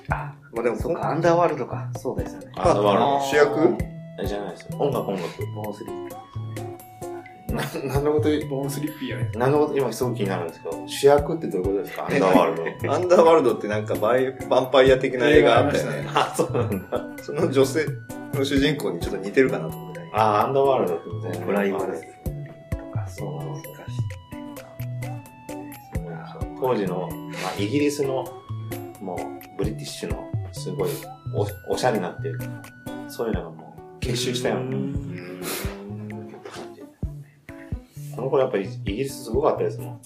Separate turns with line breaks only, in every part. あ、
まあでも、
そっか、
こ
アンダーワールドか。そうですよね。
あ
あの主役
じゃないですよ音楽音楽
ボーンスリープ。
何のことボーンスリッピーやね。
何のこと今すごく気になるんですけど、主役ってどういうことですかアンダーワー ル
アンダーワールドってなんかバイ、ヴァンパイア的な映画あったよ
映
ね。
ド。あ、そうなんだ。
その女性の主人公にちょっと似てるかなと思って。
あ、アンダーワールドってみたいな。
プライマル
で
ス
す。
とか、そうなのかし
当時の、まあ、イギリスの、もう、ブリティッシュの、すごいお、おしゃれなっていうか、そういうのがもう、結集したような感じ。この頃やっぱりイギリスすごかったですもん。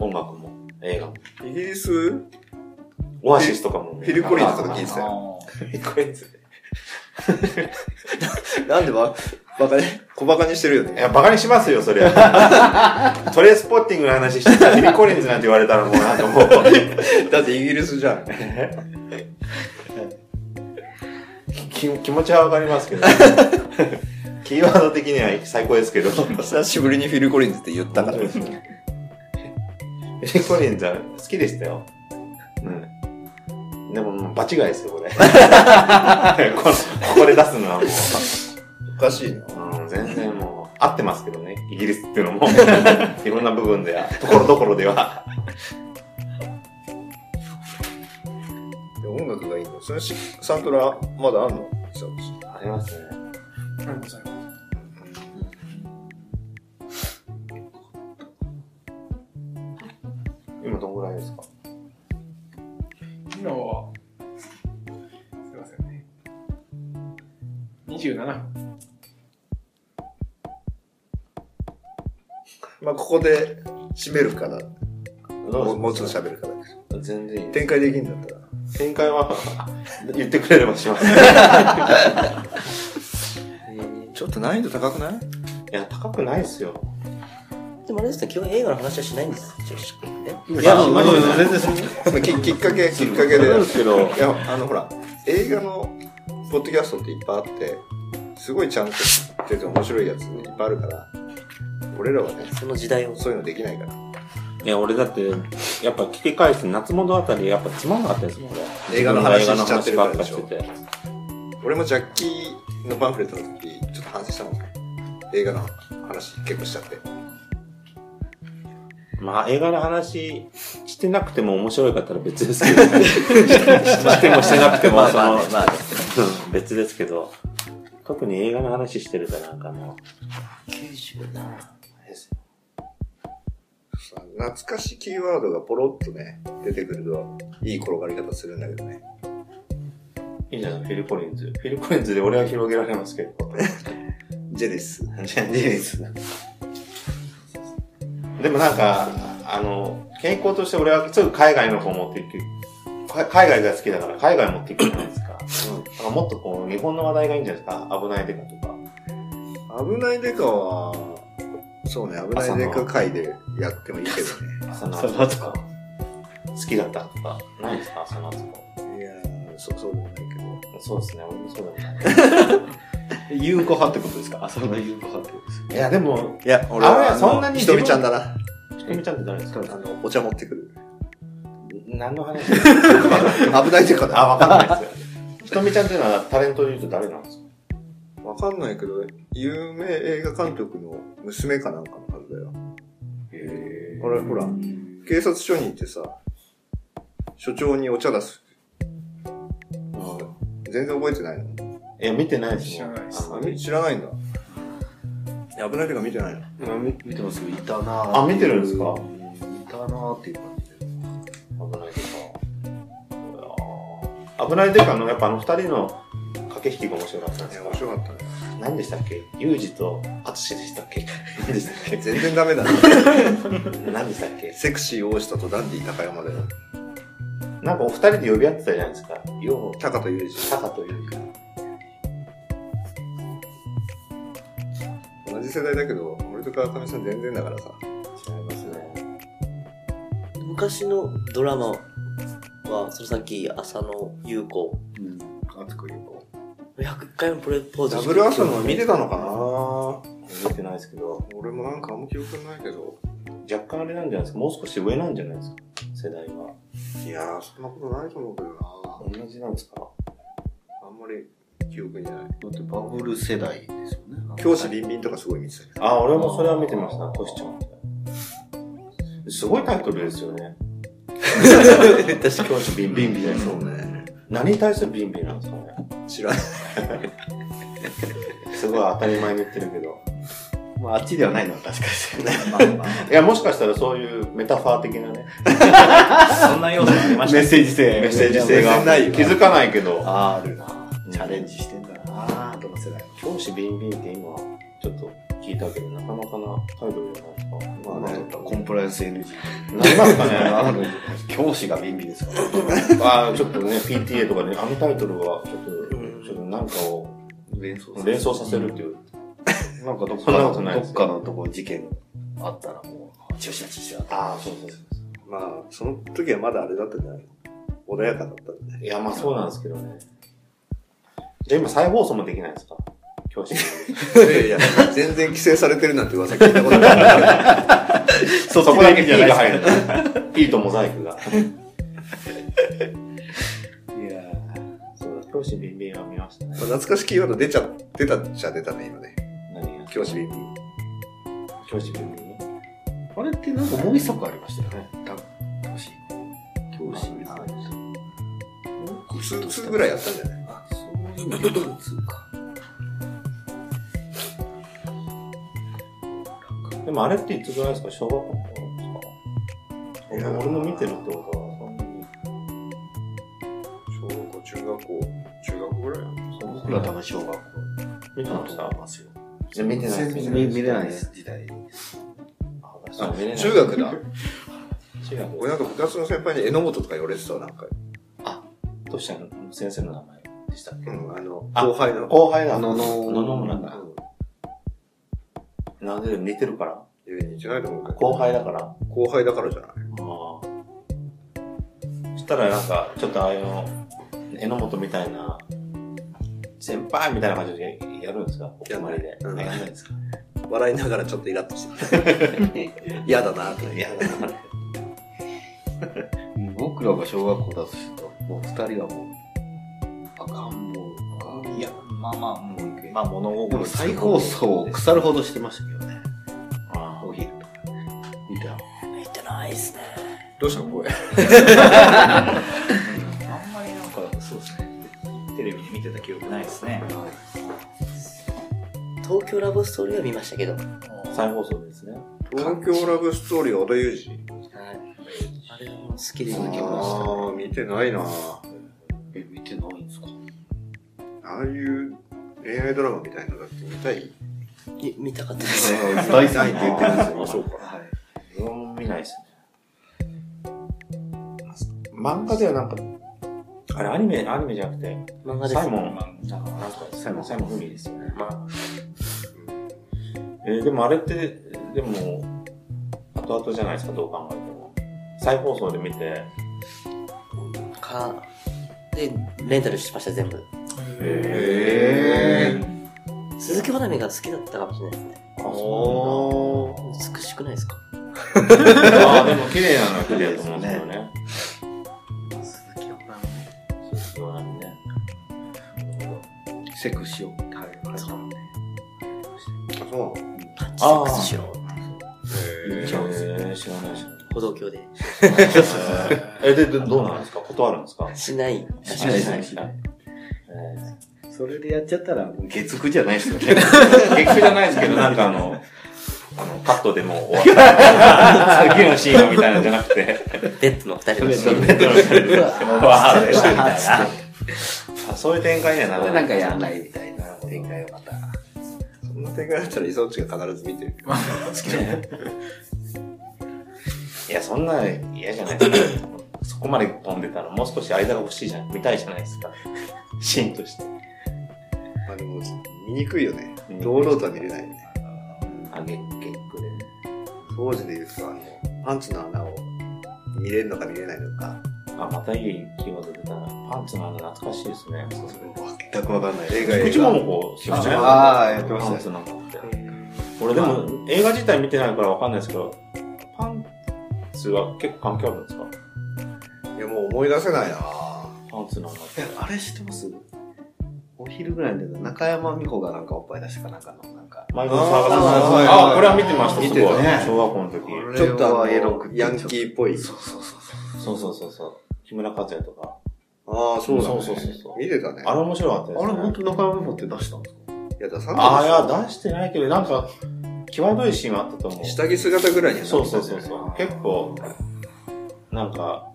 音楽も、映画も。
イギリス
オアシスとかも。
フィルコリンズとか聞いて
フ
たよ。
ィルコリンズ。
なんでわ、バカに、小バカにしてるよ
い
ね。
や、バカにしますよ、それは。 トレースポッティングの話してたら、ビリコリンズなんて言われたらもうなんかもう。
だってイギリスじゃん。
き気持ちはわかりますけど、 キーワード的には最高ですけ ど。
久しぶりにフィル・コリンズって言ったから。
ビリコリンズは好きでしたよ。うん。でももう場違いですよ、 これ。こここで出すのはも
おかしいな。
う、うん、全然もう、合ってますけどね、イギリスっていうの も。いろんな部分では、ところどころでは。
で音楽がいいの。そのしサントラ、まだあんの久々
ありますね。
何もさよ。
今どんぐらいですか
今は、すいませんね。27分。
まあ、ここで締めるから、もうもうちょっと
喋
喋るから。
る。全然いいです
展開できるんだったら。
展開は 言ってくれれば します。い
ちょっと難易度高くない
や、高くないですよ。
でもあれですね、基本映画の話はしないんですよ、しね。
いや、まあ、全然 ききっかけ、きっかけで。い
ですけど、
や、あの、ほら、映画のポッドキャストっていっぱいあって、すごいちゃんと知ってて面白いやついっぱいあるから、俺らはね、
その時代を。
そういうのできないから。
いや、俺だって、やっぱ聞き返して夏物あたり、やっぱつまんなかったですもん、これ。
映画の話しちゃってるから
映
で
画の話ばっか
し
し
ょ
てて。
俺もジャッキーのパンフレットの時、ちょっと反省したもん。映画の話結構しちゃって。
まあ、映画の話してなくても面白いかったら別ですけ ど、ね、してもしてなくても、その、
まあ、
うん別ですけど、特に映画の話してるとなんかもう
九州な。
あれですよ、
さ懐かしキーワードがポロッとね、出てくると、いい転がり方するんだけどね。
いいじゃない、フィル・コリンズ。フィル・コリンズで俺は広げられますけど。
ジェネシス。
ジェニーズ でもなんか、あの、健康として俺はすぐ海外の方持っていく。か海外が好きだから海外持っていくじゃないですか。だからもっとこう、日本の話題がいいんじゃないですか。危ないデカとか。
危ないデカは、そうね、危ないデカ会でやってもいいけど
朝の夏とか。好きだったとか。ないですか朝の夏とか。
ね。いやー、そそうでもないけど。
そうですね。俺もそうだもない。
有効派ってことですか浅野有効派ってことですか
いや、でも、
いや、
俺はあのそんなに
ひとみちゃんだな。
ひとみちゃんって誰ですか
あの、お茶持ってくる。
何の話
危ないデカ
あ、
だ。
わかんないです。ひとみちゃんっていうのはタレントで言うと誰なんですか
わかんないけど、有名映画監督の娘かなんかのはずだよ。
へ
あれ、ほら、警察署に行ってさ、署長にお茶出す。全然覚えてないの。
え、見てないですね。
知らないです
あ
あ
んまり
知らないんだ。いや危ないデカ見てないの。
見てますけどいたな
あ見てるんですか
いた
だなっていう感じで。
危ないデカ。危ないデカの、やっぱあの二人の駆け引きが面白かったんです
ね、
よ
面。白かったね。
何でしたっけユージとアツシでしたっけ何でしたっけ
全然ダメだね。
何でしたっけ
セクシー大下とダンディ高山で。
なんかお二人で呼び合ってたじゃないですか。よう、
高と裕二。
タカとユージが。
同じ世代だけど、俺と川上さん全然だからさ。
違いますね。
昔のドラマは、そのさっき、浅野ゆう子、
うん。熱く言うと。
100回もプロポーズ
ダ
して
ブ
る
ルアスのは見てたのかな
見てないですけど、
俺もなんかあんま記憶ないけど。
若干あれなんじゃないですか。もう少し上なんじゃないですか。世代は。
いやー、そんなことないと思うけどな。
同じなんですか
あんまり記憶にない。
だってバブル世代ですよね。
教師ビンビンとかすごい見てたけど。
あ、俺もそれは見てました。トシちゃんって。すごいタイトルですよね。
確かに。
教師ビンビンみたいな。
そうね。
何に対するビンビンなんですかね。
知らない。
すごい当たり前に言ってるけど。
まあ、あっちではないのは確かに。
いや、もしかしたらそういうメタファー的なね、
そんな要素ありました
メッセージ性、メッセージ性が
全然ないよ
気づかないけど、
あるな
うん
チャレンジしてんだなどの世代も。
教師ビンビンって今、ちょっと聞いたけど、なかなかなタイトルじゃないですか。
まあね
コンプライアンス NG。
なりますかね。
教師がビンビンですから。
ああ、ちょっとね、PTA とかね、あのタイトルは、ちょっ
うん
と、ちょっとなんかを
連想
連想させるっていう。なんかど
そ
こ
んな
なこ
ことと
な
ない
で
いですす。
か。
どっかのとこ事件あったらもう、チュシャチュシャ。
ああ、そうそうそう。
まあ、その時はまだあれだったんじゃないの穏やかだったんで。
いや、まあそうなんですけどね。じゃあ今再放送もできないですか教師。
いやいや、全然規制されてるなんて噂聞いたことない。
そそこだけ P が入る。P とモザイ クが。
いや
そうだ、教師ビンビンは見ましたね。
懐かしキーワード出ちゃ、出たっちゃ出たね、今ね。
何が
教師ビンビン。
教師ビンビン
あれってなんかもう一作ありましたよね。多分。教師。教師。
まあ
ツーツーぐらいやったんじゃない
あ、そういうので共通か。
でもあれっていつぐらいですか小学校の頃
い
です
やー
か俺も見てるってことは、そんな
小学校、
に。
中学校、中学校ぐらいやん
そんな
僕ら多分小学校
見て
だ
ま
と
した
思いますよ。
じゃあ見てない
全然見れない時代。
あそう見れない
中学だ。
中学
俺なんか部活の先輩に榎本とか言われてたわ、なんか。
どうしたの先生の名前でしたっけ
うん、あの、
あ
後輩の。
後輩だ。
のの
野々村だ。
う
なんででも似てるから。
ん。いや、似てないと思うけど。
後輩だから。
後輩だからじゃない
ああ。したらなんか、ちょっとああいうの、榎本みたいな、先輩みたいな感じでやるんですかお決まりで。
やんないうん
やんないですか
笑いながらちょっとイラッとしてた。嫌だなって。
やだな。
僕らが小学校だとすると、もう二人はもう、赤ん坊か。いや、まあまあ、もう、
まあ物
で
心
も
つく
再放送を腐るほどしてましたけどね。
ああ
お昼とか。見た
見てないっすね。
どうしたの声。
あんまりなんか、そうですね。テレビで見てた記憶ないですね。
東京ラブストーリーは見ましたけど。はい。
再放送ですね。
東京ラブストーリー、小田裕二。
あれも好きで見てました。
ああ、見てないなあ
え、見てないんですか
あいう恋愛ドラマみたいなのだって見たい
み見たかったです。
大好きって言ってるんですよ。
あそう
か。はい。
自分も見ないですね。漫画ではなんか、あれアニメ、アニメじゃなくて、
漫画です。
サイモン、
なん
なん
か
か、サイモン、サイモンフミですよね。まあ。えーでもあれって、でも、後々じゃないですか、どう考えても。再放送で見て、
か、で、レンタルしました、全部。
へ
鈴木まなみが好きだったかもしれないですね。
あ、そ
美しくないですか
うなんだ。あー、でも綺麗なのは綺麗だと思うんですよね。
鈴木ほ ら、
そうそうなんね。
セクシーを食べられたんで。
あ、そうなの
パンチセックスしよ
えー、知らないし。
う。歩道橋で。
えー、で、どどうなんですか断るんですか
しない。
しないで す
しない。
それでやっちゃったら、もう月9じゃないですよね。
結局じゃないですけど、なんかあの、あの、カットでもう終わった。次のシーンみたいなのじゃなくて、
ベッドの二人のシー
ベ
ン。
ッドの上でわーでしたみたい
あ
な。そういう展開にはならない。
なんかやらないみたいな展開をまた。
そんな展開だったら、イソッチが必ず見てる。
いや、そんな嫌じゃないそこまで飛んでたら、もう少し間が欲しいじゃん、見たいじゃないですか。シーンとして。
まあでも、見にくいよね。堂々とは見れないよね。
あげ、結句でね。
当時で言うと、あの、パンツの穴を見れるのか見れないのか、
あ、またいいキーワード出たな。パンツの穴懐かしいですね。
全くわかんない。映画
口
映
も
画。
こう、
あーやってました
パンツなんかって。俺でも、映画自体見てないからわかんないですけど、パンツは結構関係あるんですか
いや、もう思い出せないな
パンツの穴って。
え、あれ知ってますお昼ぐらいに出た中山美穂がなんかおっぱい出したかなんかの、なんか。
前の沢田さん
あーはいはい
ああ、これは見てました、す
見
ご
て
い。
た
小
ね
学校の時。
ちょっとあ
エ
の、ヤンキ
ー。
ーっぽい。
そうそうそうそう。
そうそうそうそう。木村克也とか。
ああ、そうだ、ね。
そうそうそうそう
見てたね。
あれ面白かったですね。
あれ本当中山美穂って出したんですか
いや、出さ
あ
ない
あ、いや、出してないけど、なんか、際どいシーンがあったと思う。
下着姿ぐらいにはなってた
そうん
だ
そ
よ
う
ね
そうそう。結構、なんか、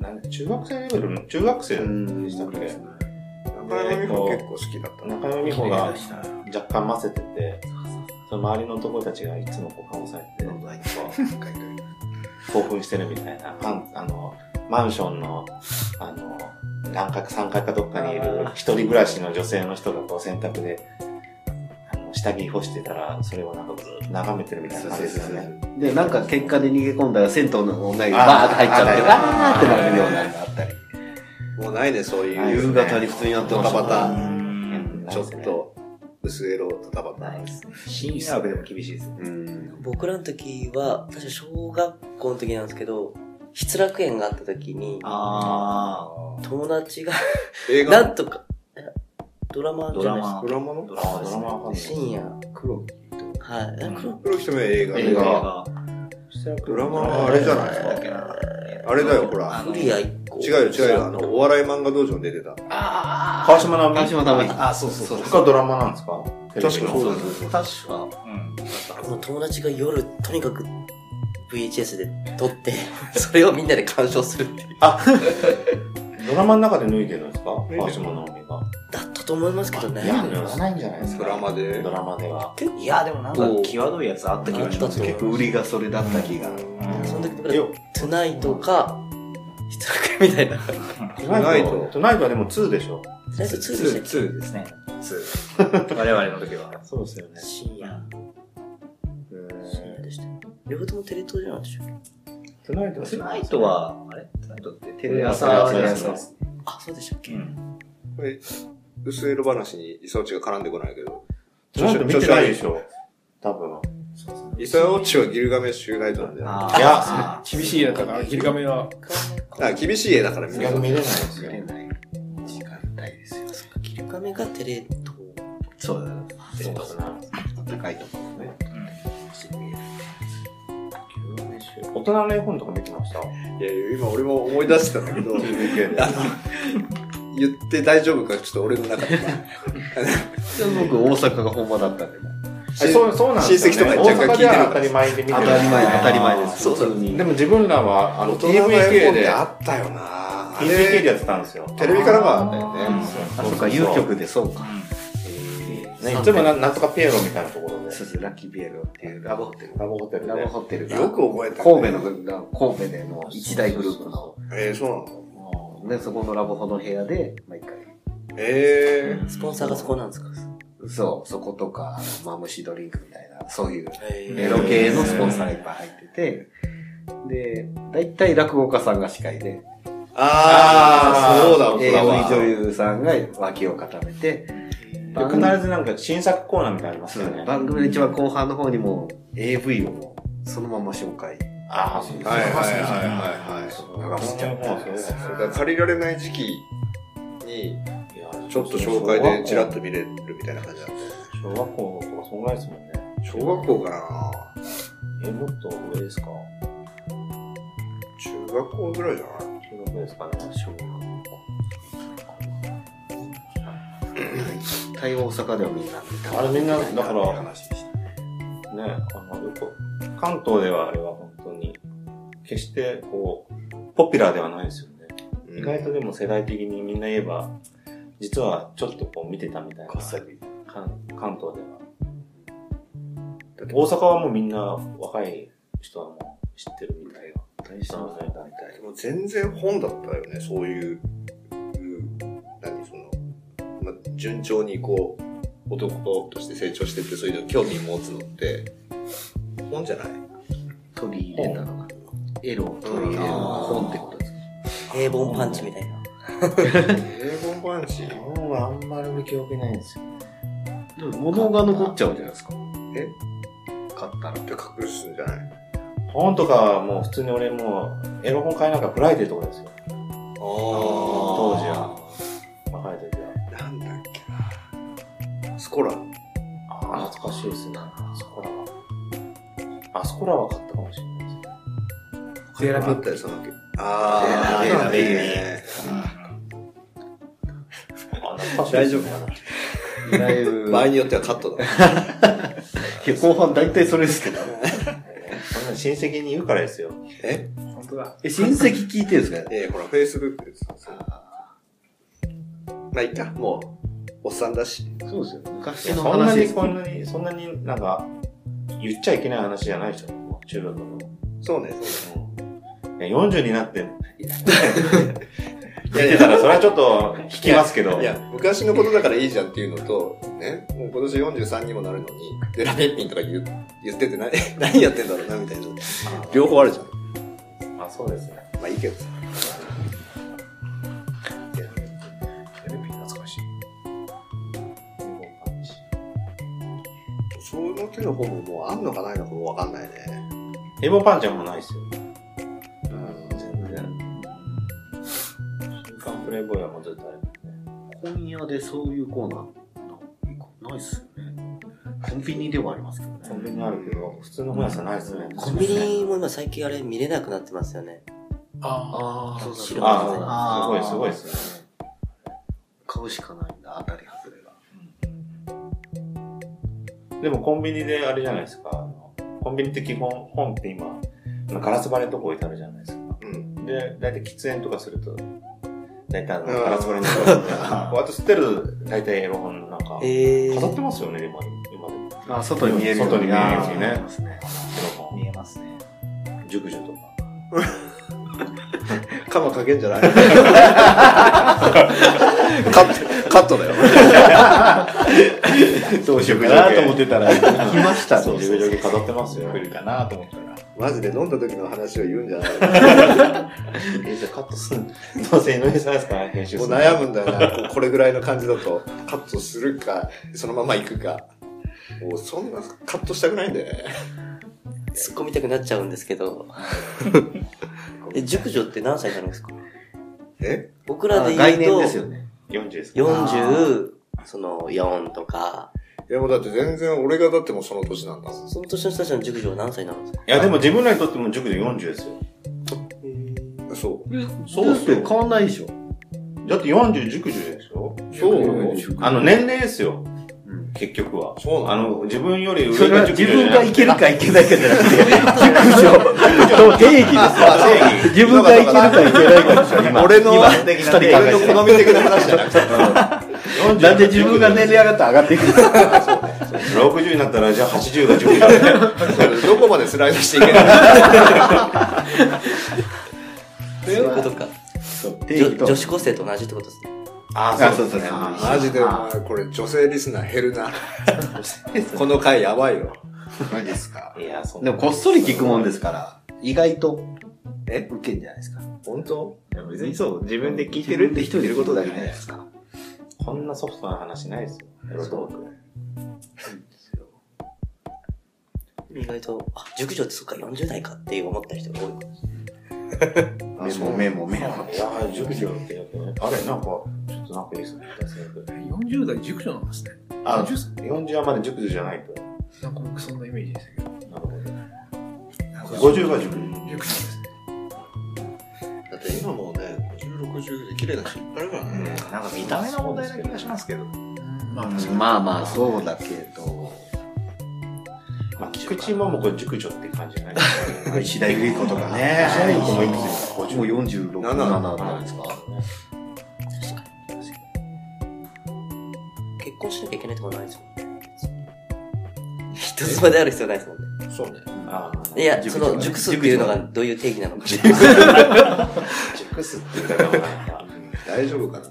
なん中学生レベルの、中学生でしたっけ、
中山美穂結構好きだったな。
中山美穂
綺麗
が
でした
若干ませてて、その周りの男たちがいつもこう、かもされて、こう興奮してるみたいな、パンあの、マンションの、あの、何階か3階かどっかにいる一人暮らしの女性の人がこう洗濯で、あの、下着干してたら、それをなんかずっと眺めてるみたいな感じですよね。
で、なんか喧嘩で逃げ込んだら銭湯の女がバーって入っちゃって、
あー
バーってなるようなのがあったり。
もうないね、そういう。
夕方に普通になってましたね。
ドタバ
うん
ちょっと、薄エロドタバタ。
深夜
学でも厳しいですね。
僕らの時は、確か小学校の時なんですけど、失楽園があった時に、
あ
友達が、
映画
な
の
んとか、いやドラマじゃないですか。
ドラマの
あードラマわかんない。
深夜。
黒木
はい。なんか
黒木め映画。
映画
ドラマはあれじゃないですか。あれだよ、ほら。
クリア一個。
違うよ、違うよ。あの、お笑い漫画道場に出てた。
あ
川島直美
川島直美。あ、そうそう
がドラマなんですか
確かそうだね。
確か。
この友達が夜、とにかく VHS で撮って、 それをみんなで鑑賞するっていう。
ドラマの中で脱いでるんですか
でる
川島直美が。
だったと思いますけどね。
いや、脱がないんじゃないですか。
ドラマで
ドラマでは。
いや、でもなんか、際どいやつあった気がします
あったと思う
結構売りがそれだった気が。
その時とか、
よ
トゥナイトか、失楽園みたいな。ト
ト
ゥナイト
トゥナイトはでも2でしょ。
ゥナイト2でしたっけ
2ですね。2。我々の時は。
そうですよね。
深夜。深夜でしたよ。両方ともテレ東じゃないでしょうか。
トゥナイトは
トゥナイトは、あれトゥナイトってテレ
朝
朝
の
の
や
や
つ
つ
で
ですす。
あ、そうでしたっけ、
うん。
これ、薄エロ話にイサオチが絡んでこないけど。
トゥナイト見てないでしょ。多分。
イサオチはギルガメッシュユナイトなんだよ。
あ
い
い
や
や、
厳しいやだから、ギルガメは。
だから厳しい絵だから見
意
る
外と見れないですよ。
ない時間帯ですよ。
ギルガメがテレ東。
そうだね。
そうですね。
高いところね。
大人の絵本とか見てました
いや、今俺も思い出してたんだけど、
?TVK で。
あの、言って大丈夫か、ちょっと俺の中で。
僕、大阪が本場だったんで。
そう、そうなんですよ、ね。
親戚とか若干聞い
大
て
阪で
るから
は当たり前で見てる。
当たり前、当たり前です。
そうだ
普通に
でも自分らは、あの、
大人の絵
TVK
本って
で、
あったよな
TVK でやってたんですよ。
テレビからがあったよね。
あ、そっか、有局でそうか。
ね、いつもななんとかピエロみたいなところで。
そうです、ラッキービエロっていうラブホテル。
ラブホテルで
ラ。ブホテルが。
よく覚えた、
神戸の、神戸での一大グループの、
えー、そうなんだ。
ね、そこのラブホの部屋で、毎回。
え
スポンサーがそこなんですか
そう、そことか、あのマムシドリンクみたいな、そういう、
へ
エロ系のスポンサーがいっぱい入ってて、で、大体落語家さんが司会で、
ー。あー、そうだ、
AV
俺は。
女優さんが脇を固めて、
で
番
必
組
ずなんか新作コーナーみたいなのありますよね。
番組の一番後半の方にも AV をもうそのまま紹介。
ああ、そう
はいはいはいはいはい。
流しちゃったんです
だから借りられない時期に、ちょっと紹介でチラッと見れるみたいな感じだったよね。
小学校とかそんぐらいですもんね。
小学校かな
え、もっと上ですか
中学校ぐらいじゃない
中学ですかね。小学校。
大体大阪ではみんな見た
あれみんなだから
って話でした。
ね、あの、よく、関東ではあれは本当に、決してこう、ポピュラーではないですよね。意外とでも世代的にみんな言えば、実はちょっとこう見てたみたいな。
こっそ
関関東では。だって大阪はもうみんな若い人はもう知ってるみたいよ。大したもんだみたい。
でも全然本だったよね、そういう、うん何その、まあ、順調にこう、男として成長してって、そういうの興味持つのって、本じゃない
取り入れたのが、エロを取り入れる本ってことですか
平凡パンチみたいな。
英語版誌
日本はあんまり記憶ないんですよ。
でも物が残っちゃうじゃないですか。
え
買ったら。
って隠すんじゃない
本とかはもう普通に俺もう、エロ本買いなんか振られてるところですよ。
ああ
当時は。若い時
な
は。
んだっけな。スコラ。
ああ、懐かしいですね。あそこらは。あそこらは買ったかもしれないですね。
ゼラピ
あっ
ン
たよ、その時。ああ、
ゼラピン
ね。
あ懐かしい
大
です
丈
ね
夫かな
だいぶ。
場合によってはカットだ。
いや後半大体それですけど。
そんなの親戚に言うからですよ。
え
本当だ。
え、親戚聞いてるんですか
ええほら、フェイスブックでさ。まあ、いいか。もう、おっさんだし。
そうですよ。昔の
そんな
話で
に、
す
こんなに、そんなになんか、言っちゃいけない話じゃないでしょ、もう中学の。
そうね。そうね
うんいや40になって、言って たら、それはちょっと引きますけど。
いや、昔のことだからいいじゃんっていうのと、ね、もう今年43にもなるのに、デラペッピンとか言う言ってて何、 何やってんだろうな、みたいな。両方あるじゃん。
まあそうですね。
まあいいけどさ。
テレビ懐かしい。
その手の本ももうあんのかないのかもわかんないね。
エボパンチはもうないですよ。
うん。
全然。週刊プレイボーイはもうずっとあれなんで。
今夜でそういうコーナーなないっすよね。コンビニではありますけど
コン
ね。
ビニあるけど、普通の本屋さんないですね。
コンビニも今最近あれ見れなくなってますよね。
あ
ああ、そう
知
そう
らな
ああ、すごい、すごいですね。
買うしかないんだ、当たり外れが。
でもコンビニであれじゃないですか。あのコンビニって基本、本って今、あのガラス張りのとこ置いてあるじゃないですか。
うん。
で、大体喫煙とかすると、大体あの、
うん
ガラス張りのとこ置いてある。こうやって吸ってる、大体エロ本なんか、
え
飾っ
ー、
てますよね、今、今でも。
あ外に見える
外に見えるようにね
あー見えますね。
エロ本、
見えますね。
熟女とか。
カマかけんじゃないカット、カットだよ。
どうしよう
かなと思ってたら、来ました
そう、
ね。
熟女系飾ってますよ。
かなと思ったら。
マジで飲んだ時の話を言うんじゃ ない
え、じゃあカットすんどうせ井上さんですから、編集
も
す
う
るの。
悩むんだよな、ここれぐらいの感じだと、カットするか、そのまま行くか。もうそんなカットしたくないんだよね。
突っ込みたくなっちゃうんですけど。 え、熟女って何歳になるんですか
え
僕らで
概
言
念
う
です
と、
よね。
40ですか。
40、その4とか、
いやもうだって全然俺がだってもうその年なんだもん。
その年の人たちの熟女は何歳になるんですか
いや、でも自分らにとっても熟女40ですよ。
そ
そうっすよ
だって変わんないでしょ。
だって40熟女でしょ
う。そう。
あの、年齢ですよ
うん。
結局は。
そうな
あ
の
の、自分より
そ
上
れ
が
は
熟
自
女じゃ
分
な
が
い
いけるかいけないかじゃなくて、熟女の定義ですよ。自分がいけるかいけないかでしょ、今。
俺の
今二人考
俺
え
の
てる
好み的な話じゃなくて。
40
なんで自分が年齢上がって上がっていくんですか
60になったら、じゃあ80が熟女だよ。
どこまでスライドしていけ ないの
そういうことか。
定義
女
と
女子高生と同じってことですね。
あ
あそうそうそう
あ
マジでお前、これ女性リスナー減るな。 この回やばいよ。
マジですか
いや、そん
で
な
もこっそり聞くもんですから、意外と、
え
受けんじゃないですか。
本当
別にそう、自分で聞いてるって一人でることだけじゃないですか。
こんなソフトな話ないですよ。エロトーク
意外と、あ、熟女ってそっか40代かって思った人が多い。
メモメモメモ。
いやー、熟女ってやっぱね、あれ、なんか、ちょっとなんかいいですね。
40代熟女なんですね。
あ
40歳
40はまだ熟女じゃないと。
なんか僕そんなイメージでしたけど。
なるほど。50が熟女。
熟女ですね。
だって今もうね、50、60で綺麗な人いっぱいいるからね。
なんか見た目の問題な気がしますけど。
まあ、
まあまあ、そうだけど、
まあ、菊池桃子熟女って感じじゃない
石田ゆり子とかね。
石田ゆり子もいくつ
もう46、7なんじゃないですか。
確かに。確かに。結婚しなきゃいけないとこないですもんね。人妻である必要ないですもんね。
そうね。
ああ
いや、
熟
そ
女
の、熟すっていうのがどういう 定義なのか。
熟すって言ったらなんか
大丈夫かな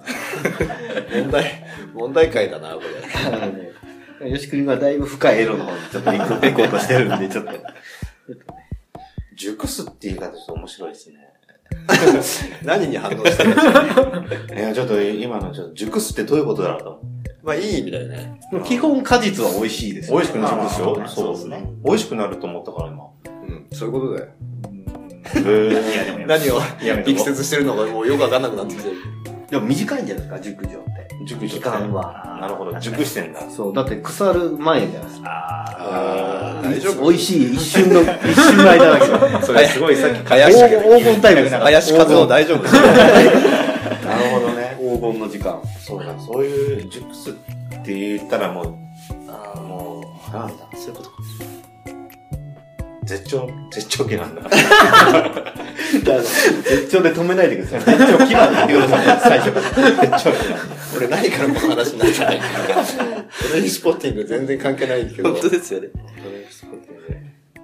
問題、問題解だな、これ。
あのね、よしくりはだいぶ深いエロの方にちょっと行こう行こうとしてるんで、ちょっと。
熟すって言い方ちょっと面白いですね
何に反応 してる
いやちょっと今のちょっと熟すってどういうことだろうと思って
まあ、いい意味だよね。
基本果実は美味しいです
美
よ。
味しくなるんですよ、
まあ
そうですね美味しくなると思ったから今
うん、そういうことだよ。
へえ
何を
やめとこ う
力説してるのかもうよくわかんなくなってきてる。
でも短いんじゃないですか、熟女って。
熟
期
女
間は。
なるほど熟して んだ
そう、だって腐る前じゃないですか。
あー、大丈夫
美味しい一瞬の、一瞬の間だけど。
それすごいさっき
か
黄金黄金タイムです
林和夫大丈夫
なるほどね
黄金の時間。
そうだそういう熟すって言ったらもうあーもうなんだ
そういうことか。
絶頂絶頂期なんだ
絶頂で止めないでください。絶頂キラーで言ってください、最初から。絶頂キラー。
俺何からこの話になったんだこれにスポッティング全然関係ないけど。
本当ですよね。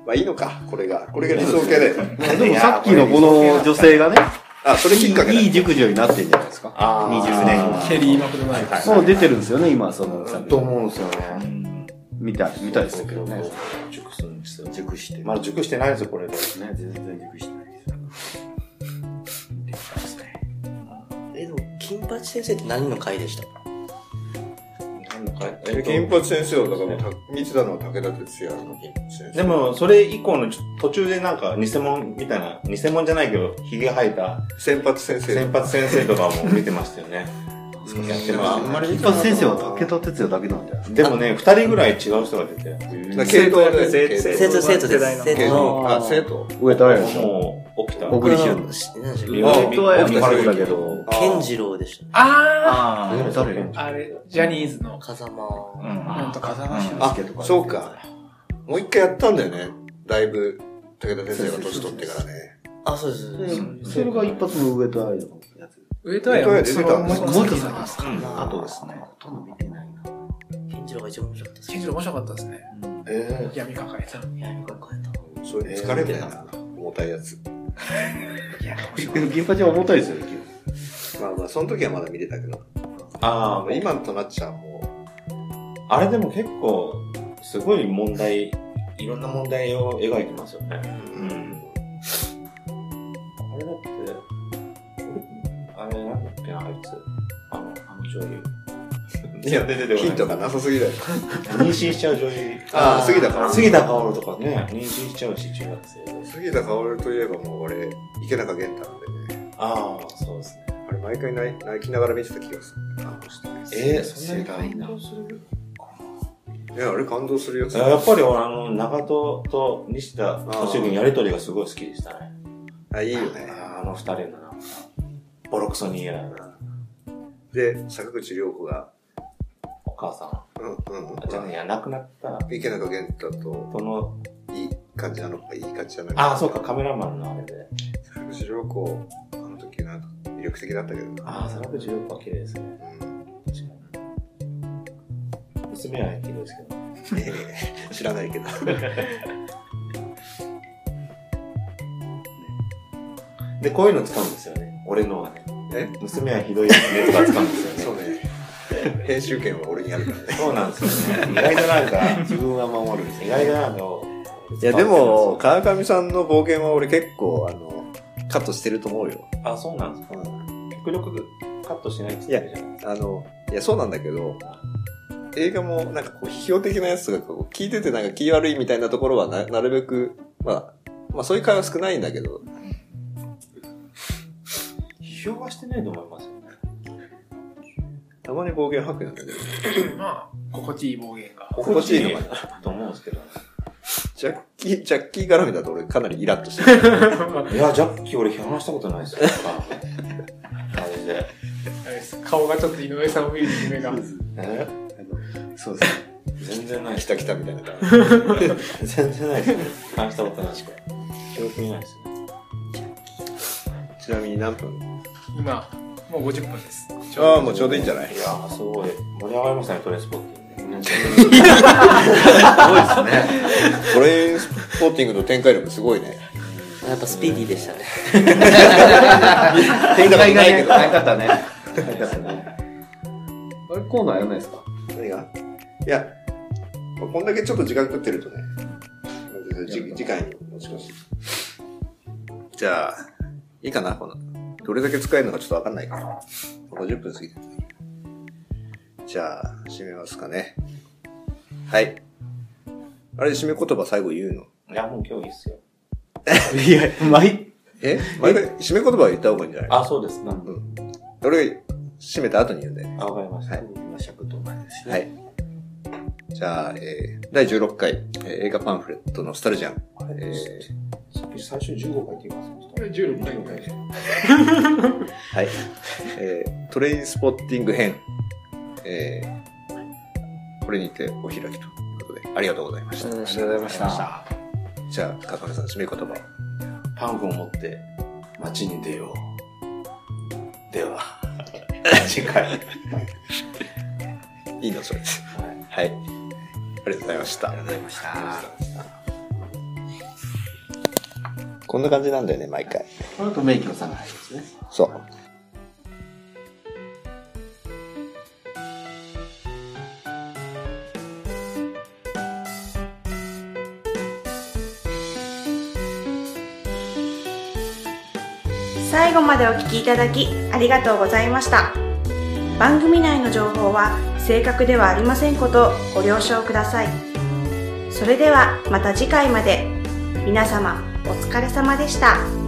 まあいいのか、これが。これが理想系だよ。
でもさっきのこの女性がね、
あ、それきっかけだ
いい熟女になってんじゃないですか。
あー
20年後。
ケリーマクドナルド。
もう出てるんですよね、今、その作
と
品。
思うんですよね
見たい、見たいですけどね。
熟すんですよ
熟して
まだ熟してないんですよこれで
ね、全然熟してないですよ。
え、でも、金八先生って何の回でした
え金八先生はだから、た見てたのは武田鉄矢の金八先生。
で、もそれ以降のちょ途中でなんか偽物みたいな偽物じゃないけどひげ生えた
先発先生。
先発先生とかも見てましたよねやってましたね
り
一般先生は武田鉄矢だけなんじゃない
でもね二人ぐらい違う人が出て
な系統で、
生徒
生徒、生徒です。生
系
徒
統。あ、生徒。
上田でしょ
もう起きた
小栗旬。
何でしたっけ
リアル
本当はやっぱ
起きた人
そうだけど
健次郎でしたね。
あ
ああ、誰
ーあれ、ジャニーズの、
風間。
なんと風間俊
あ
介と、か。
そうか。もう一回やったんだよね。だいぶ、武田先生が年取ってからね。
あ、そうです。そうです
それが一発の上田愛のやつ。
上戸彩も
上戸
そ
彩出てたん
の
です
も
か
う一個先です。
あとですね。ほとんど見てないな。
健次郎が一番面白かったです。
ケンジロ面白かったですね。
え
闇抱えた。
いや、よく考えた。
えそれ疲れんだよな。重たいやつ。
銀八は重たいですよ、
まあまあ、その時はまだ見てたけど。
ああ
今となっちゃうも
あれでも結構すごい問題いろんな問題を描いてますよね
う。うん。
あれだって、あれなんだっけな、あいつ。あの、あの女優。
いや、ヒントがなさすぎだよ。
妊娠しちゃう女優。
あー杉田かおる
杉田薫とかね、妊娠しちゃうし、中学生。
杉田薫といえばもう俺、池中玄太なんでね。
ああ、そうですね。
あれ、毎回泣い泣きながら見てた気がする。感動してね
えー、そんなに感動する
いや、あれ感動するやつ。
やっぱり俺、あの、長戸と西田敏行のやりとりがすごい好きでしたね。
あ、いいよね。
あの二人のなんか、ボロクソに言えないな。
で、坂口涼子が、
お母さん。
うんうんうん。
あじゃあねいや、亡くなった、
池中玄太と、
この、
いい感じなのか、いい感じじゃない
ああ、そうか、カメラマンのあれで。
坂口涼子、あの時なんか魅力的だったけどな。
ああ、坂口涼子は綺麗ですね。
うん。
確かに娘は綺麗です
え
けど。
え 知らないけど。
で、こういうの使うんですよね。俺のはね。
え
娘はひどいやつが使うんです
そ
よ
う
ね。
ね。編集権は俺にあるからね。
そうなんですよね。意外となん か、
自分は守る。
意外となんか、
いや、でも、、川上さんの冒険は俺結構、あの、カットしてると思うよ。
あ、そうなんですか。極力カットしないって言ってるじゃないですか。
あの、いや、そうなんだけど、映画もなんかこう、批評的なやつとか、こう、聞いててなんか気悪いみたいなところはな、なるべく、まあ、まあそういう会話少ないんだけど、
批評はしてないと思いますよね。
たまに暴言吐くんだけど、
まあ、心地いい暴言が。
心地いいのか
なと思うんですけど。
ジャッキー、ジャッキー絡みだと俺かなりイラッとして る。
いや、ジャッキー俺批判したことないですよ。マジで。
あれです顔がちょっと井上さんを見る夢が。
え
そうですね。
全然ないで
来
す。
た来たみたいな感
全然ないです。感じたことないしか。記憶にないです。
じ。ちなみに何分
今、もう50分です。
ああ、もうちょうどいいんじゃない
いやー、すごい。盛り上がりましたね、トレインスポッティングね。
すごいですね。
トレインスポーティングの展開力すごいね。
やっぱスピーディーでしたね。
展開がね、早かったね。早かったね。
あれコーナーやんないですか
何がいや、まあこんだけちょっと時間食ってるとね、次次回にもしかして。じゃあ、いいかな、この。どれだけ使えるのかちょっとわかんないから。50分過ぎてる。じゃあ、締めますかね。はい。あれ、締め言葉最後言うの
いや、もう今日いいっすよ。
いや、毎、
え毎回、締め言葉は言った方がいいんじゃない
あ、そうですか。
俺、締めた後に言うんで。
あ、わかりました。
今尺と前です
はい。じゃあ、えー第16回、えー映画パンフレットのスタルジャン。えー
さっき最初15回って言います
これ16回目。
はい。えートレインスポッティング編。えーこれにてお開きということで、ありがとうございました。
ありがとうございました。
じゃあ、川上さん、締め言葉を。
パンフを持って街に出よう。では、次回。
いいの、それで。はい。ありがとうございました。
ありがとうございました。
こんな感じなんだよね、毎回。
この後メイキのさんが入るんですね。
そう。
最後までお聞きいただきありがとうございました番組内の情報は正確ではありませんことをご了承くださいそれではまた次回まで皆様お疲れ様でした。